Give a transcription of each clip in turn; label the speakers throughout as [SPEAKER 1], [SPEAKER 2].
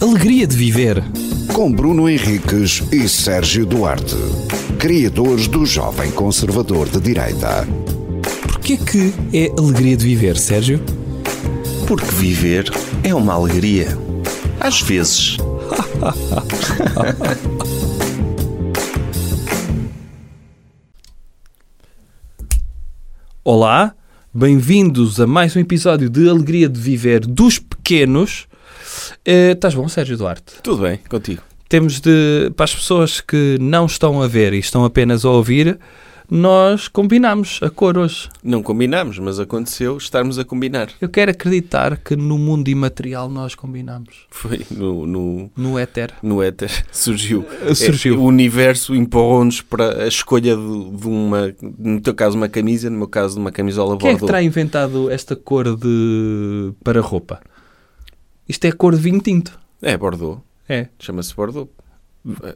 [SPEAKER 1] alegria de viver.
[SPEAKER 2] Com Bruno Henriques e Sérgio Duarte, criadores do Jovem Conservador de Direita.
[SPEAKER 1] Porquê que é alegria de viver, Sérgio?
[SPEAKER 3] Porque viver é uma alegria. Às vezes.
[SPEAKER 4] Olá, bem-vindos a mais um episódio de Alegria de Viver dos Pequenos. Eh, estás bom, Sérgio Duarte?
[SPEAKER 3] Tudo bem, contigo.
[SPEAKER 4] Temos de, para as pessoas que não estão a ver e estão apenas a ouvir, nós combinamos a cor hoje.
[SPEAKER 3] Não combinámos, mas aconteceu estarmos a combinar.
[SPEAKER 4] Eu quero acreditar que no mundo imaterial nós combinamos.
[SPEAKER 3] Foi no, no,
[SPEAKER 4] No éter.
[SPEAKER 3] no éter. Surgiu.
[SPEAKER 4] Eh, surgiu.
[SPEAKER 3] É, o universo empurrou-nos para a escolha de, de uma, no teu caso, uma camisa, no meu caso, uma
[SPEAKER 4] Quem
[SPEAKER 3] camisola
[SPEAKER 4] é que
[SPEAKER 3] Bordeaux.
[SPEAKER 4] terá inventado esta cor de para roupa? Isto é cor de vinho tinto.
[SPEAKER 3] É, Bordeaux.
[SPEAKER 4] É.
[SPEAKER 3] Chama-se Bordeaux.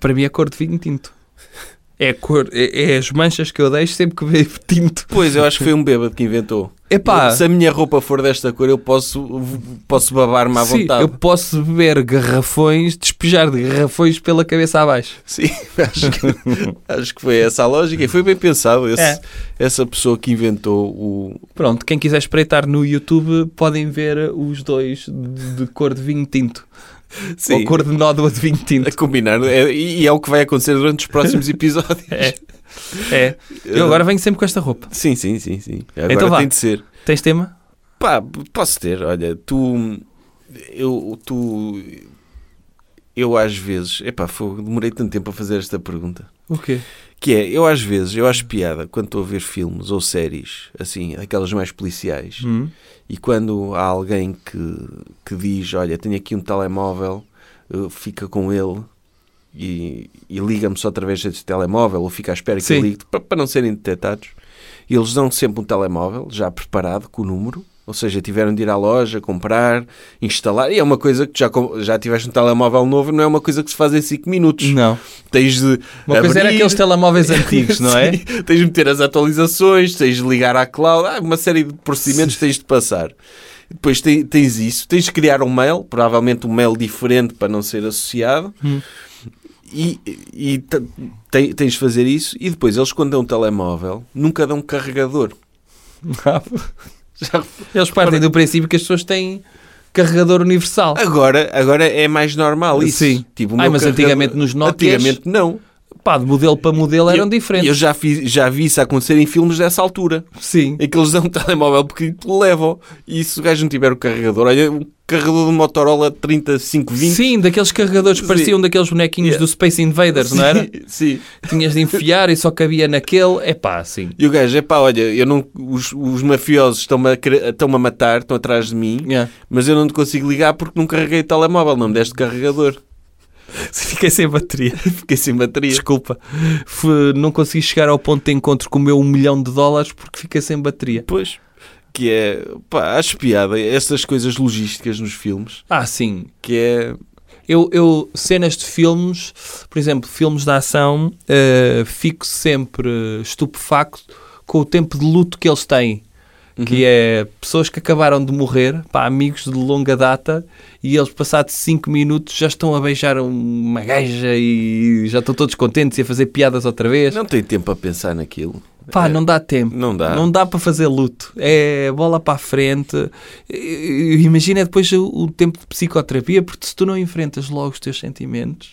[SPEAKER 4] Para mim é cor de vinho tinto. É a cor, é, é as manchas que eu deixo sempre que bebo tinto.
[SPEAKER 3] Pois, eu acho que foi um bêbado que inventou.
[SPEAKER 4] Epá,
[SPEAKER 3] Eu- Se a minha roupa for desta cor, eu posso, posso babar-me à
[SPEAKER 4] sim,
[SPEAKER 3] vontade.
[SPEAKER 4] eu posso beber garrafões, despejar de garrafões pela cabeça abaixo.
[SPEAKER 3] Sim, acho que, acho que foi essa a lógica. E foi bem pensado esse-
[SPEAKER 4] É.
[SPEAKER 3] essa pessoa que inventou o.
[SPEAKER 4] Pronto, quem quiser espreitar no YouTube podem ver os dois de, de cor de vinho tinto. Ou cor de nódoa de vinho tinto.
[SPEAKER 3] a combinar. É- e é o que vai acontecer durante os próximos episódios.
[SPEAKER 4] É. É. Eu agora venho sempre com esta roupa.
[SPEAKER 3] Sim, sim, sim, sim. Agora
[SPEAKER 4] Então vá.
[SPEAKER 3] tem de ser.
[SPEAKER 4] Tens tema?
[SPEAKER 3] Pá, posso ter, olha, tu. Eu, tu. Eu às vezes. Epá, fogo, demorei tanto tempo a fazer esta pergunta.
[SPEAKER 4] O quê?
[SPEAKER 3] Que é, eu às vezes, eu acho piada quando estou a ver filmes ou séries, assim, aquelas mais policiais,
[SPEAKER 4] Hum?
[SPEAKER 3] e quando há alguém que, que diz, olha, tenho aqui um telemóvel, eh, fica com ele e, e liga-me só através deste telemóvel, ou fica à espera que
[SPEAKER 4] Sim.
[SPEAKER 3] eu ligue, pa- para não serem detectados. E eles dão sempre um telemóvel já preparado, com o número, ou seja, tiveram de ir à loja, comprar, instalar, e é uma coisa que tu já, com- já tiveste um telemóvel novo, não é uma coisa que se faz em 5 minutos.
[SPEAKER 4] Não.
[SPEAKER 3] Tens de
[SPEAKER 4] Uma coisa era
[SPEAKER 3] abrir,
[SPEAKER 4] aqueles telemóveis antigos, não é?
[SPEAKER 3] Sim, tens de meter as atualizações, tens de ligar à cloud, há uma série de procedimentos que tens de passar. Depois te- tens isso, tens de criar um mail, provavelmente um mail diferente para não ser associado.
[SPEAKER 4] Hum.
[SPEAKER 3] E, e te- te- tens de fazer isso, e depois eles, quando dão um telemóvel, nunca dão um carregador. Já-
[SPEAKER 4] Eles partem do princípio que as pessoas têm carregador universal.
[SPEAKER 3] Ah, Agora, agora é mais normal isso.
[SPEAKER 4] Oh. Sim.
[SPEAKER 3] Tipo, o
[SPEAKER 4] Ai,
[SPEAKER 3] meu
[SPEAKER 4] mas
[SPEAKER 3] carregador-
[SPEAKER 4] antigamente nos Nokias-
[SPEAKER 3] Antigamente não.
[SPEAKER 4] Pá, de modelo para modelo eram
[SPEAKER 3] Eu-
[SPEAKER 4] diferentes.
[SPEAKER 3] Eu já, fiz, já vi isso acontecer em filmes dessa altura.
[SPEAKER 4] Sim.
[SPEAKER 3] em que eles dão um telemóvel pequenito, levam. E se o gajo não tiver o carregador, olha, um carregador de Motorola 3520.
[SPEAKER 4] Sim, daqueles carregadores que
[SPEAKER 3] Sim.
[SPEAKER 4] pareciam daqueles bonequinhos
[SPEAKER 3] Yeah.
[SPEAKER 4] do Space Invaders, não era?
[SPEAKER 3] Sim.
[SPEAKER 4] Tinhas de enfiar e só cabia naquele. É pá, sim.
[SPEAKER 3] E o gajo, é pá, olha, eu não, os, os mafiosos estão-me a, querer- estão-me a matar, estão atrás de mim,
[SPEAKER 4] Yeah.
[SPEAKER 3] mas eu não te consigo ligar porque não carreguei o telemóvel, não me deste carregador.
[SPEAKER 4] Fiquei sem bateria.
[SPEAKER 3] Fiquei sem bateria.
[SPEAKER 4] Desculpa. F- Não consegui chegar ao ponto de encontro com o meu um milhão de dólares porque fiquei sem bateria.
[SPEAKER 3] Pois. Que é, pá, acho piada essas coisas logísticas nos filmes,
[SPEAKER 4] Ah, sim.
[SPEAKER 3] que é,
[SPEAKER 4] Eu, eu- cenas de filmes, por exemplo, filmes de ação, eh, fico sempre estupefacto com o tempo de luto que eles têm.
[SPEAKER 3] Uhum.
[SPEAKER 4] Que é pessoas que acabaram de morrer, pá, amigos de longa data, e eles, passados 5 minutos, já estão a beijar uma gaja e já estão todos contentes e a fazer piadas outra vez.
[SPEAKER 3] não tem tempo a pensar naquilo.
[SPEAKER 4] Pá, não dá tempo.
[SPEAKER 3] Não dá.
[SPEAKER 4] Não dá para fazer luto. É bola para a frente. E- e- Imagina depois o, o tempo de psicoterapia, porque se tu não enfrentas logo os teus sentimentos,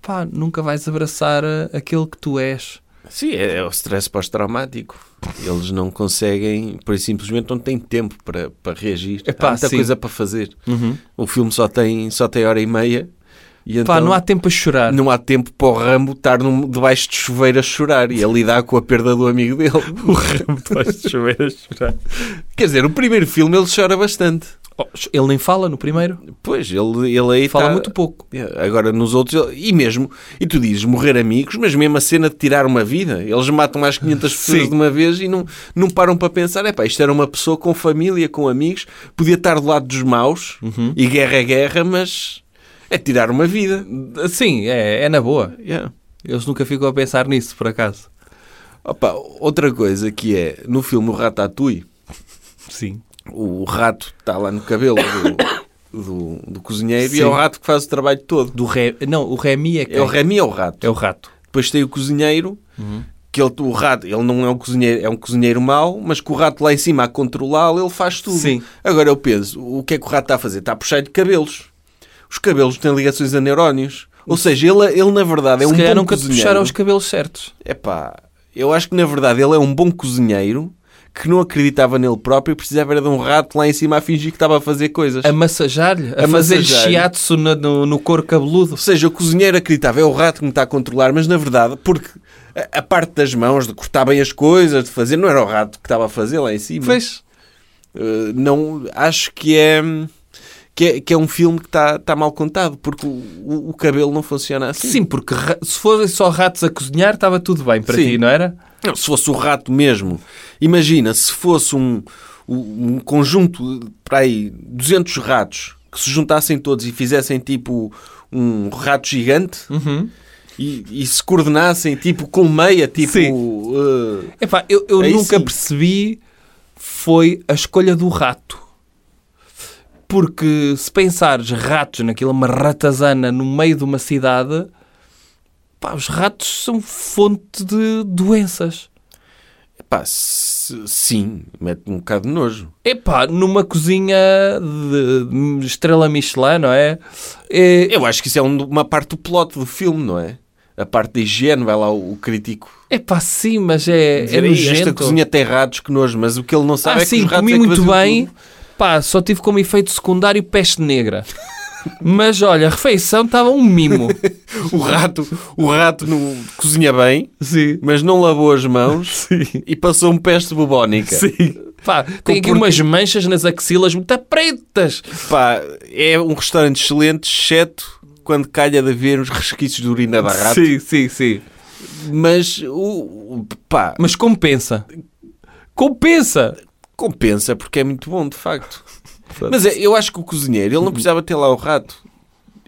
[SPEAKER 4] pá, nunca vais abraçar a- aquele que tu és.
[SPEAKER 3] Sim, é, é o stress pós-traumático. Eles não conseguem, por isso simplesmente não têm tempo para, para reagir.
[SPEAKER 4] Epá,
[SPEAKER 3] há muita
[SPEAKER 4] sim.
[SPEAKER 3] coisa para fazer. O filme só tem, só tem hora e meia e então
[SPEAKER 4] pá, não há tempo a chorar.
[SPEAKER 3] não há tempo para o Rambo estar num- debaixo de chuveiro a chorar e a lidar com a perda do amigo dele. O Rambo. Quer dizer, o primeiro filme ele chora bastante.
[SPEAKER 4] Oh, Ele nem fala no primeiro.
[SPEAKER 3] Pois, ele, ele aí
[SPEAKER 4] Fala
[SPEAKER 3] tá-
[SPEAKER 4] muito pouco.
[SPEAKER 3] é, Agora nos outros, ele- e mesmo, e tu dizes morrer amigos, mas mesmo a cena de tirar uma vida, eles matam mais 500 pessoas
[SPEAKER 4] Sim.
[SPEAKER 3] de uma vez e não, não param para pensar: é pá, isto era uma pessoa com família, com amigos, podia estar do lado dos maus
[SPEAKER 4] Uhum.
[SPEAKER 3] e guerra é guerra, mas é tirar uma vida.
[SPEAKER 4] Sim, é, é na boa.
[SPEAKER 3] Yeah.
[SPEAKER 4] Eles nunca ficam a pensar nisso, por acaso.
[SPEAKER 3] Opa, outra coisa que é no filme O Ratatouille,
[SPEAKER 4] Sim.
[SPEAKER 3] o rato está lá no cabelo do, do, do cozinheiro e
[SPEAKER 4] Sim.
[SPEAKER 3] é o rato que faz o trabalho todo.
[SPEAKER 4] Do Re... Não, o Remy é quem?
[SPEAKER 3] É o Remy é o rato.
[SPEAKER 4] É o rato.
[SPEAKER 3] Depois tem o cozinheiro,
[SPEAKER 4] Uhum.
[SPEAKER 3] que ele, o rato, ele não é um cozinheiro, é um cozinheiro mau, mas com o rato lá em cima a controlá-lo, ele faz tudo.
[SPEAKER 4] Sim.
[SPEAKER 3] Agora eu penso, o que é que o rato está a fazer? Está a puxar de cabelos. Os cabelos têm ligações a neurónios. Ou seja, ele, ele na verdade é
[SPEAKER 4] Se
[SPEAKER 3] um
[SPEAKER 4] calhar
[SPEAKER 3] bom
[SPEAKER 4] nunca te
[SPEAKER 3] cozinheiro.
[SPEAKER 4] puxaram os cabelos certos.
[SPEAKER 3] Epá, eu acho que na verdade ele é um bom cozinheiro que não acreditava nele próprio e precisava era de um rato lá em cima a fingir que estava a fazer coisas.
[SPEAKER 4] A massajar-lhe? A,
[SPEAKER 3] A
[SPEAKER 4] fazer
[SPEAKER 3] massajar-lhe.
[SPEAKER 4] shiatsu no, no, no couro cabeludo?
[SPEAKER 3] Ou seja, o cozinheiro acreditava, é o rato que me está a controlar, mas na verdade, porque a, a parte das mãos, de cortar bem as coisas, de fazer, não era o rato que estava a fazer lá em cima.
[SPEAKER 4] Pois.
[SPEAKER 3] Uh, não, acho que é, que é que é um filme que está está mal contado, porque o, o- o cabelo não funciona assim.
[SPEAKER 4] Sim, porque ra- se fossem só ratos a cozinhar, estava tudo bem para
[SPEAKER 3] Sim.
[SPEAKER 4] ti, não era?
[SPEAKER 3] Não, se fosse o rato mesmo, imagina se fosse um, um um conjunto de para aí 200 ratos que se juntassem todos e fizessem tipo um rato gigante e, e se coordenassem tipo com meia, tipo.
[SPEAKER 4] Sim.
[SPEAKER 3] eh,
[SPEAKER 4] Epá, eu, eu
[SPEAKER 3] Aí
[SPEAKER 4] nunca
[SPEAKER 3] sim.
[SPEAKER 4] percebi foi a escolha do rato. Porque se pensares ratos naquela uma ratazana no meio de uma cidade, pá, os ratos são fonte de doenças.
[SPEAKER 3] pá, se- sim, mete um bocado de nojo.
[SPEAKER 4] Epá, numa cozinha de de estrela Michelin, não é? É-
[SPEAKER 3] Eu acho que isso é um- uma parte do plot do filme, não é? A parte da higiene, vai lá o, o crítico.
[SPEAKER 4] Epá, sim, mas é, é
[SPEAKER 3] dizer, "Ei, Esta
[SPEAKER 4] nojento.
[SPEAKER 3] cozinha tem ratos, que nojo, mas o que ele não sabe
[SPEAKER 4] Ah,
[SPEAKER 3] é que
[SPEAKER 4] sim,
[SPEAKER 3] os ratos
[SPEAKER 4] comi
[SPEAKER 3] é que
[SPEAKER 4] muito
[SPEAKER 3] faziam
[SPEAKER 4] bem.
[SPEAKER 3] tudo.
[SPEAKER 4] Pá, só tive como efeito secundário peste negra. Mas olha, a refeição estava um mimo.
[SPEAKER 3] O rato, o rato não cozinha bem,
[SPEAKER 4] Sim.
[SPEAKER 3] mas não lavou as mãos e passou um peste bubónica.
[SPEAKER 4] Sim. Pá, tem aqui
[SPEAKER 3] porquê?
[SPEAKER 4] umas manchas nas axilas muito pretas.
[SPEAKER 3] Pá, é um restaurante excelente, exceto quando calha de haver uns resquícios de urina da rato.
[SPEAKER 4] sim, sim.
[SPEAKER 3] Mas, o, o- pá,
[SPEAKER 4] Mas compensa. Compensa.
[SPEAKER 3] compensa porque é muito bom, de facto. Mas é- eu acho que o cozinheiro, ele não precisava ter lá o rato.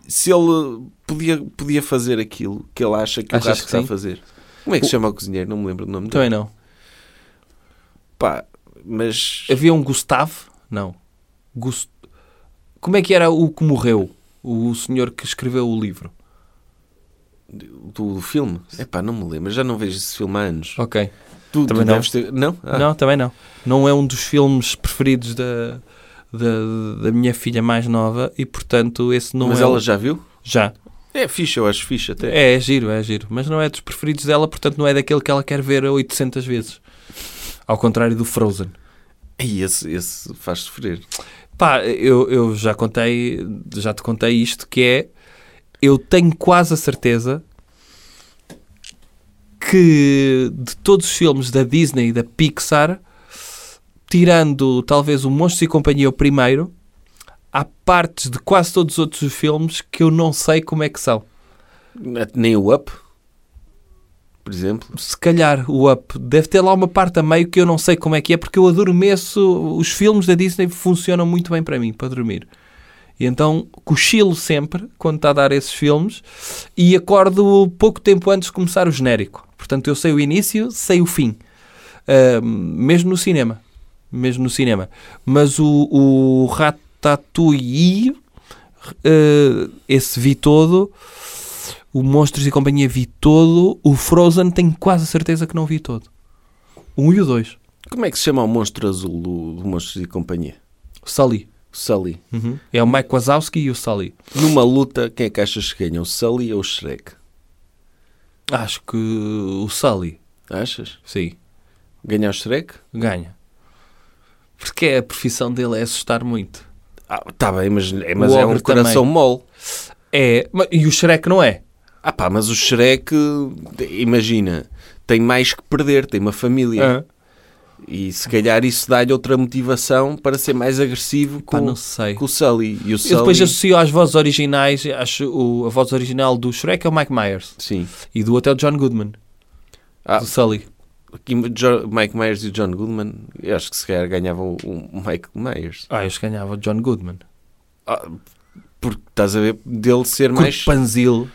[SPEAKER 3] Se ele podia, podia fazer aquilo que ele acha que
[SPEAKER 4] Achas
[SPEAKER 3] o rato
[SPEAKER 4] que
[SPEAKER 3] está
[SPEAKER 4] sim?
[SPEAKER 3] a fazer. Como é que se chama o cozinheiro? Não me lembro do nome dele.
[SPEAKER 4] Também não.
[SPEAKER 3] Pá, mas...
[SPEAKER 4] Havia um Gustavo? Não. Gus- Como é que era o que morreu? O senhor que escreveu o livro.
[SPEAKER 3] Do, do filme? É pá, não me lembro, já não vejo esse filme há anos.
[SPEAKER 4] Ok.
[SPEAKER 3] Tu,
[SPEAKER 4] Oh, Também
[SPEAKER 3] tu
[SPEAKER 4] não.
[SPEAKER 3] deves ter. Não? Ah,
[SPEAKER 4] Não, também não. Não é um dos filmes preferidos da, da, da minha filha mais nova e, portanto, esse não
[SPEAKER 3] mas
[SPEAKER 4] é.
[SPEAKER 3] ela já viu?
[SPEAKER 4] Já.
[SPEAKER 3] É ficha, eu acho ficha até.
[SPEAKER 4] É, é giro, é giro. Mas não é dos preferidos dela, portanto, não é daquele que ela quer ver 800 vezes. Ao contrário do Frozen.
[SPEAKER 3] E esse, esse faz sofrer.
[SPEAKER 4] Pá, eu, eu já contei, já te contei isto, que é, eu tenho quase a certeza que de todos os filmes da Disney e da Pixar, tirando talvez o Monstros e Companhia o primeiro, há partes de quase todos os outros filmes que eu não sei como é que são.
[SPEAKER 3] é Nem o Up, por exemplo.
[SPEAKER 4] Se calhar o Up deve ter lá uma parte a meio que eu não sei como é que é, porque eu adormeço. Os filmes da Disney funcionam muito bem para mim, para dormir. E então cochilo sempre quando está a dar esses filmes e acordo pouco tempo antes de começar o genérico. Portanto, eu sei o início, sei o fim. Ah, mesmo no cinema. Mesmo no cinema. Mas o, o Ratatouille, ah, esse vi todo, o Monstros e Companhia vi todo, o Frozen tenho quase a certeza que não vi todo. Um e o dois.
[SPEAKER 3] Como é que se chama o monstro azul do, do Monstros e Companhia?
[SPEAKER 4] O Sully.
[SPEAKER 3] O Sully.
[SPEAKER 4] É o Mike Wazowski e o Sully.
[SPEAKER 3] Numa luta, quem é que achas que ganha? O Sully ou o Shrek?
[SPEAKER 4] Acho que o Sully,
[SPEAKER 3] Achas?
[SPEAKER 4] sim,
[SPEAKER 3] Ganha o Shrek?
[SPEAKER 4] ganha. Porque a profissão dele é assustar muito.
[SPEAKER 3] Ah, tá bem, mas, é, mas
[SPEAKER 4] O
[SPEAKER 3] é um
[SPEAKER 4] ogro
[SPEAKER 3] coração
[SPEAKER 4] também.
[SPEAKER 3] mole.
[SPEAKER 4] É, ma- e o Shrek não é.
[SPEAKER 3] Ah pá, mas o Shrek, imagina, tem mais que perder, tem uma família.
[SPEAKER 4] Ah.
[SPEAKER 3] E se calhar isso dá-lhe outra motivação para ser mais agressivo
[SPEAKER 4] Pá,
[SPEAKER 3] com,
[SPEAKER 4] não sei.
[SPEAKER 3] com o Sully. E o Sully...
[SPEAKER 4] Eu depois associo às vozes originais, acho o, a voz original do Shrek é o Mike Myers
[SPEAKER 3] Sim.
[SPEAKER 4] e do hotel John Goodman,
[SPEAKER 3] Ah,
[SPEAKER 4] do Sully.
[SPEAKER 3] aqui Jo- Mike Myers e John Goodman, eu acho que se calhar ganhavam o o Mike Myers.
[SPEAKER 4] Ah, eu se ganhava o John Goodman.
[SPEAKER 3] Ah, porque estás a ver dele ser mais...
[SPEAKER 4] Corpanzil.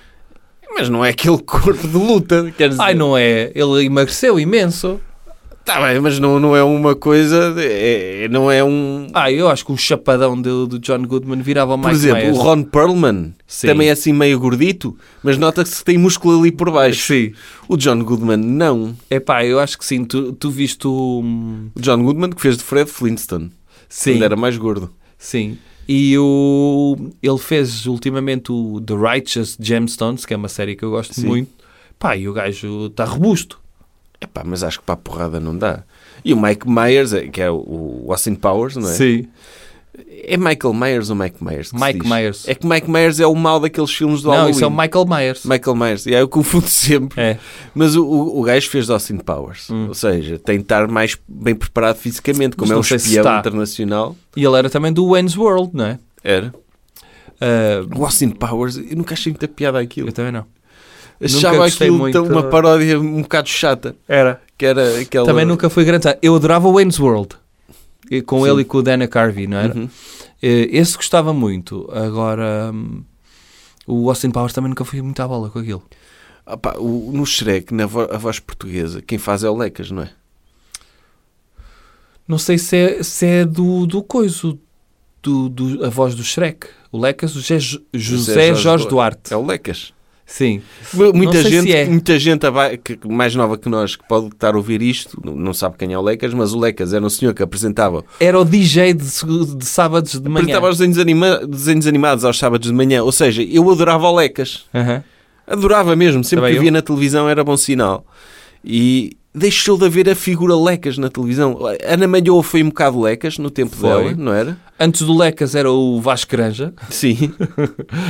[SPEAKER 3] Mas não é aquele corpo de luta, quer dizer.
[SPEAKER 4] Ai, não é? Ele emagreceu imenso.
[SPEAKER 3] Está bem, mas não, não é uma coisa. é- é- não é um.
[SPEAKER 4] Ah, eu acho que o chapadão do, do John Goodman virava
[SPEAKER 3] Por
[SPEAKER 4] mais
[SPEAKER 3] exemplo, o Ron Perlman
[SPEAKER 4] Sim.
[SPEAKER 3] também é assim meio gordito, mas nota-se que tem músculo ali por baixo.
[SPEAKER 4] Sim.
[SPEAKER 3] O John Goodman não.
[SPEAKER 4] É pá, eu acho que sim. Tu, tu viste o.
[SPEAKER 3] O John Goodman que fez de Fred Flintstone.
[SPEAKER 4] Sim.
[SPEAKER 3] Ele era mais gordo.
[SPEAKER 4] Sim. E o, ele fez ultimamente o The Righteous Gemstones, que é uma série que eu gosto muito. Pá, e o gajo está robusto.
[SPEAKER 3] Epá, mas acho que para a porrada não dá. E o Mike Myers, é- que é o o Austin Powers, não é?
[SPEAKER 4] Sim.
[SPEAKER 3] É Michael Myers ou Mike Myers? que se
[SPEAKER 4] Mike
[SPEAKER 3] diz?
[SPEAKER 4] Myers.
[SPEAKER 3] É que Mike Myers é o mal daqueles filmes do
[SPEAKER 4] Não,
[SPEAKER 3] Halloween.
[SPEAKER 4] isso é o Michael Myers.
[SPEAKER 3] Michael Myers. E aí eu confundo sempre.
[SPEAKER 4] É. Hum.
[SPEAKER 3] Mas o, o, o gajo fez de Austin Powers. Ou seja, tem de estar mais bem preparado fisicamente, como
[SPEAKER 4] Mas
[SPEAKER 3] é
[SPEAKER 4] não
[SPEAKER 3] um
[SPEAKER 4] sei se
[SPEAKER 3] espião
[SPEAKER 4] está.
[SPEAKER 3] internacional.
[SPEAKER 4] E ele era também do Wayne's World, não é?
[SPEAKER 3] Era.
[SPEAKER 4] Ah,
[SPEAKER 3] O Austin Powers, eu nunca achei muita piada aquilo.
[SPEAKER 4] eu também não.
[SPEAKER 3] Achava
[SPEAKER 4] gostei
[SPEAKER 3] aquilo
[SPEAKER 4] muito.
[SPEAKER 3] tão- uma paródia um bocado chata.
[SPEAKER 4] Era.
[SPEAKER 3] Que era aquela...
[SPEAKER 4] Também nunca fui grande. fã. Eu adorava o Wayne's World. E com ele e com o Dana Carvey, não era?
[SPEAKER 3] Uhum.
[SPEAKER 4] Eh, Esse gostava muito. Agora, hum, o Austin Powers também nunca fui muito à bola com aquilo.
[SPEAKER 3] Ah pá, o- no Shrek, na vo- a voz portuguesa, quem faz é o Lecas, não é?
[SPEAKER 4] Não sei se é, se é do, do coiso, do, do- a voz do Shrek. O Lecas, o José, José Jorge, Duarte.
[SPEAKER 3] É o Lecas.
[SPEAKER 4] Sim.
[SPEAKER 3] Muita
[SPEAKER 4] sei se
[SPEAKER 3] gente,
[SPEAKER 4] é.
[SPEAKER 3] muita gente aba- que, mais nova que nós que pode estar a ouvir isto não- não sabe quem é o Lecas, mas o Lecas era um senhor que apresentava,
[SPEAKER 4] Era o DJ de, seg- de sábados de manhã.
[SPEAKER 3] apresentava os desenhos, anima- desenhos animados aos sábados de manhã. Ou seja, eu adorava o Lecas.
[SPEAKER 4] Aham.
[SPEAKER 3] Adorava mesmo, sempre
[SPEAKER 4] Também
[SPEAKER 3] que
[SPEAKER 4] eu.
[SPEAKER 3] via na televisão era bom sinal. E deixou de haver a figura Lecas na televisão. Ana Malhoa foi um bocado Lecas no tempo
[SPEAKER 4] Foi.
[SPEAKER 3] dela, não era?
[SPEAKER 4] Antes do Lecas era o Vasco Granja
[SPEAKER 3] Sim.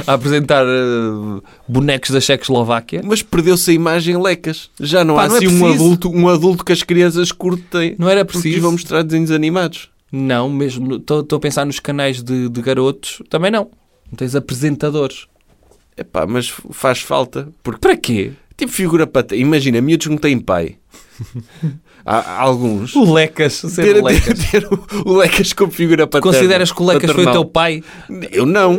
[SPEAKER 4] a apresentar eh, bonecos da Checoslováquia.
[SPEAKER 3] Mas perdeu-se a imagem Lecas. Já não
[SPEAKER 4] Pá,
[SPEAKER 3] há
[SPEAKER 4] não é
[SPEAKER 3] assim um,
[SPEAKER 4] preciso.
[SPEAKER 3] adulto, um adulto que as crianças curtem.
[SPEAKER 4] Não era
[SPEAKER 3] porque lhes
[SPEAKER 4] preciso.
[SPEAKER 3] vão mostrar desenhos animados.
[SPEAKER 4] Não, mesmo. Estou a pensar nos canais de, de garotos. Também não. Não tens apresentadores.
[SPEAKER 3] Epá, mas faz falta. Porque
[SPEAKER 4] Para quê?
[SPEAKER 3] tipo figura pata. Imagina, miúdos que não têm pai. há, há alguns.
[SPEAKER 4] O Lecas. Ser
[SPEAKER 3] Ter-
[SPEAKER 4] o Lecas.
[SPEAKER 3] ter- ter o- o Lecas como figura paterna.
[SPEAKER 4] é Consideras que o Lecas foi o
[SPEAKER 3] paternal.
[SPEAKER 4] teu pai?
[SPEAKER 3] Eu não.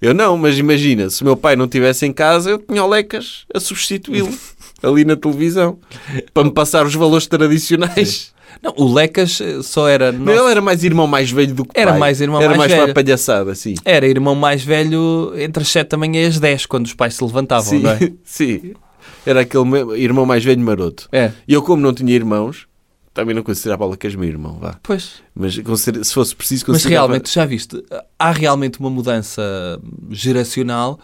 [SPEAKER 3] Eu não, mas imagina, se o meu pai não estivesse em casa, eu tinha o Lecas a substituí-lo ali na televisão para me passar os valores tradicionais.
[SPEAKER 4] Não, o Lecas eh, só era.
[SPEAKER 3] Não,
[SPEAKER 4] nosso-
[SPEAKER 3] ele era mais irmão mais velho do que
[SPEAKER 4] Era
[SPEAKER 3] pai.
[SPEAKER 4] mais irmão
[SPEAKER 3] Era
[SPEAKER 4] mais
[SPEAKER 3] mais
[SPEAKER 4] velho.
[SPEAKER 3] para a palhaçada, sim.
[SPEAKER 4] Era irmão mais velho entre as 7 da manhã e as 10, quando os pais se levantavam,
[SPEAKER 3] Sim,
[SPEAKER 4] não é?
[SPEAKER 3] sim. Era aquele meu- irmão mais velho maroto.
[SPEAKER 4] É.
[SPEAKER 3] E eu, como não tinha irmãos, também não considerava o Lecas meu irmão, vá.
[SPEAKER 4] Pois.
[SPEAKER 3] Mas consider- se fosse preciso,
[SPEAKER 4] Mas
[SPEAKER 3] considerava-
[SPEAKER 4] realmente, já viste, há realmente uma mudança geracional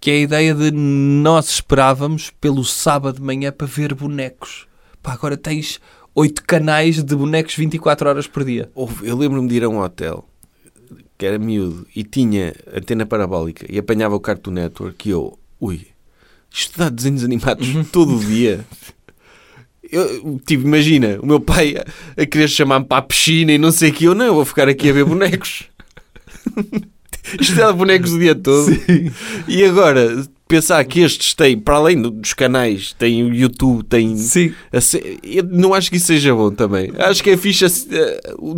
[SPEAKER 4] que é a ideia de nós esperávamos pelo sábado de manhã para ver bonecos. Pá, agora tens 8 canais de bonecos 24 horas por dia.
[SPEAKER 3] Houve- Eu lembro-me de ir a um hotel que era miúdo e tinha antena parabólica e apanhava o Cartoon Network e eu, ui, isto dá desenhos animados todo o dia. Eu, tipo, imagina, o meu pai a, a querer chamar-me para a piscina e não sei o que, eu não, eu vou ficar aqui a ver bonecos. isto dá bonecos o dia todo. E agora, pensar que estes têm, para além do- dos canais, tem o YouTube, tem
[SPEAKER 4] Sim.
[SPEAKER 3] a se- Eu não acho que isso seja bom também. Acho que é ficha.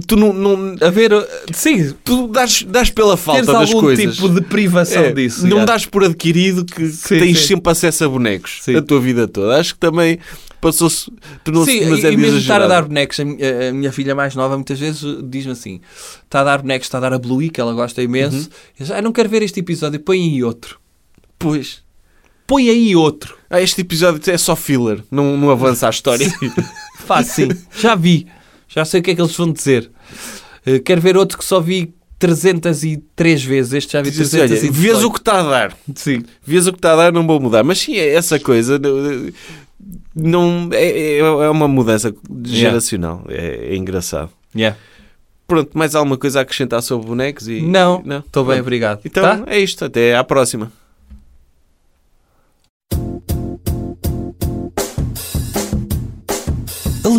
[SPEAKER 3] Tu não. não eh,
[SPEAKER 4] A ver, sim,
[SPEAKER 3] tu dás, dás pela falta
[SPEAKER 4] teres
[SPEAKER 3] das
[SPEAKER 4] algum
[SPEAKER 3] coisas.
[SPEAKER 4] tipo de privação
[SPEAKER 3] É,
[SPEAKER 4] disso.
[SPEAKER 3] não
[SPEAKER 4] já.
[SPEAKER 3] dás por adquirido que, que
[SPEAKER 4] Sim,
[SPEAKER 3] tens
[SPEAKER 4] sim.
[SPEAKER 3] sempre acesso a bonecos
[SPEAKER 4] Sim.
[SPEAKER 3] a tua vida toda. Acho que também passou-se. Tornou-se
[SPEAKER 4] Sim,
[SPEAKER 3] demasiado
[SPEAKER 4] e mesmo estar a
[SPEAKER 3] é exagerado.
[SPEAKER 4] dar bonecos, a minha, a minha filha mais nova muitas vezes uh, diz-me assim: está a dar bonecos, está a dar a Bluey, que ela gosta imenso.
[SPEAKER 3] Uhum.
[SPEAKER 4] Eu já "Ah, não quero ver este episódio, põe aí outro.
[SPEAKER 3] Pois.
[SPEAKER 4] Põe aí outro.
[SPEAKER 3] Ah, este episódio é só filler, não, não avança a história.
[SPEAKER 4] Faz sim, já vi, já sei o que é que eles vão dizer. Uh, quero ver outro que só vi 303 vezes. Este já vi
[SPEAKER 3] Diz assim, olha,
[SPEAKER 4] 300
[SPEAKER 3] vês o que está a dar.
[SPEAKER 4] Sim.
[SPEAKER 3] Vês o que está a dar, não vou mudar. Mas sim, é essa coisa não- eh, não, é, é- é uma mudança geracional. É, é engraçado.
[SPEAKER 4] Yeah.
[SPEAKER 3] Pronto, mais alguma coisa a acrescentar sobre bonecos? E...
[SPEAKER 4] Não, estou bem, obrigado.
[SPEAKER 3] Então
[SPEAKER 4] Tá?
[SPEAKER 3] é isto. Até à próxima.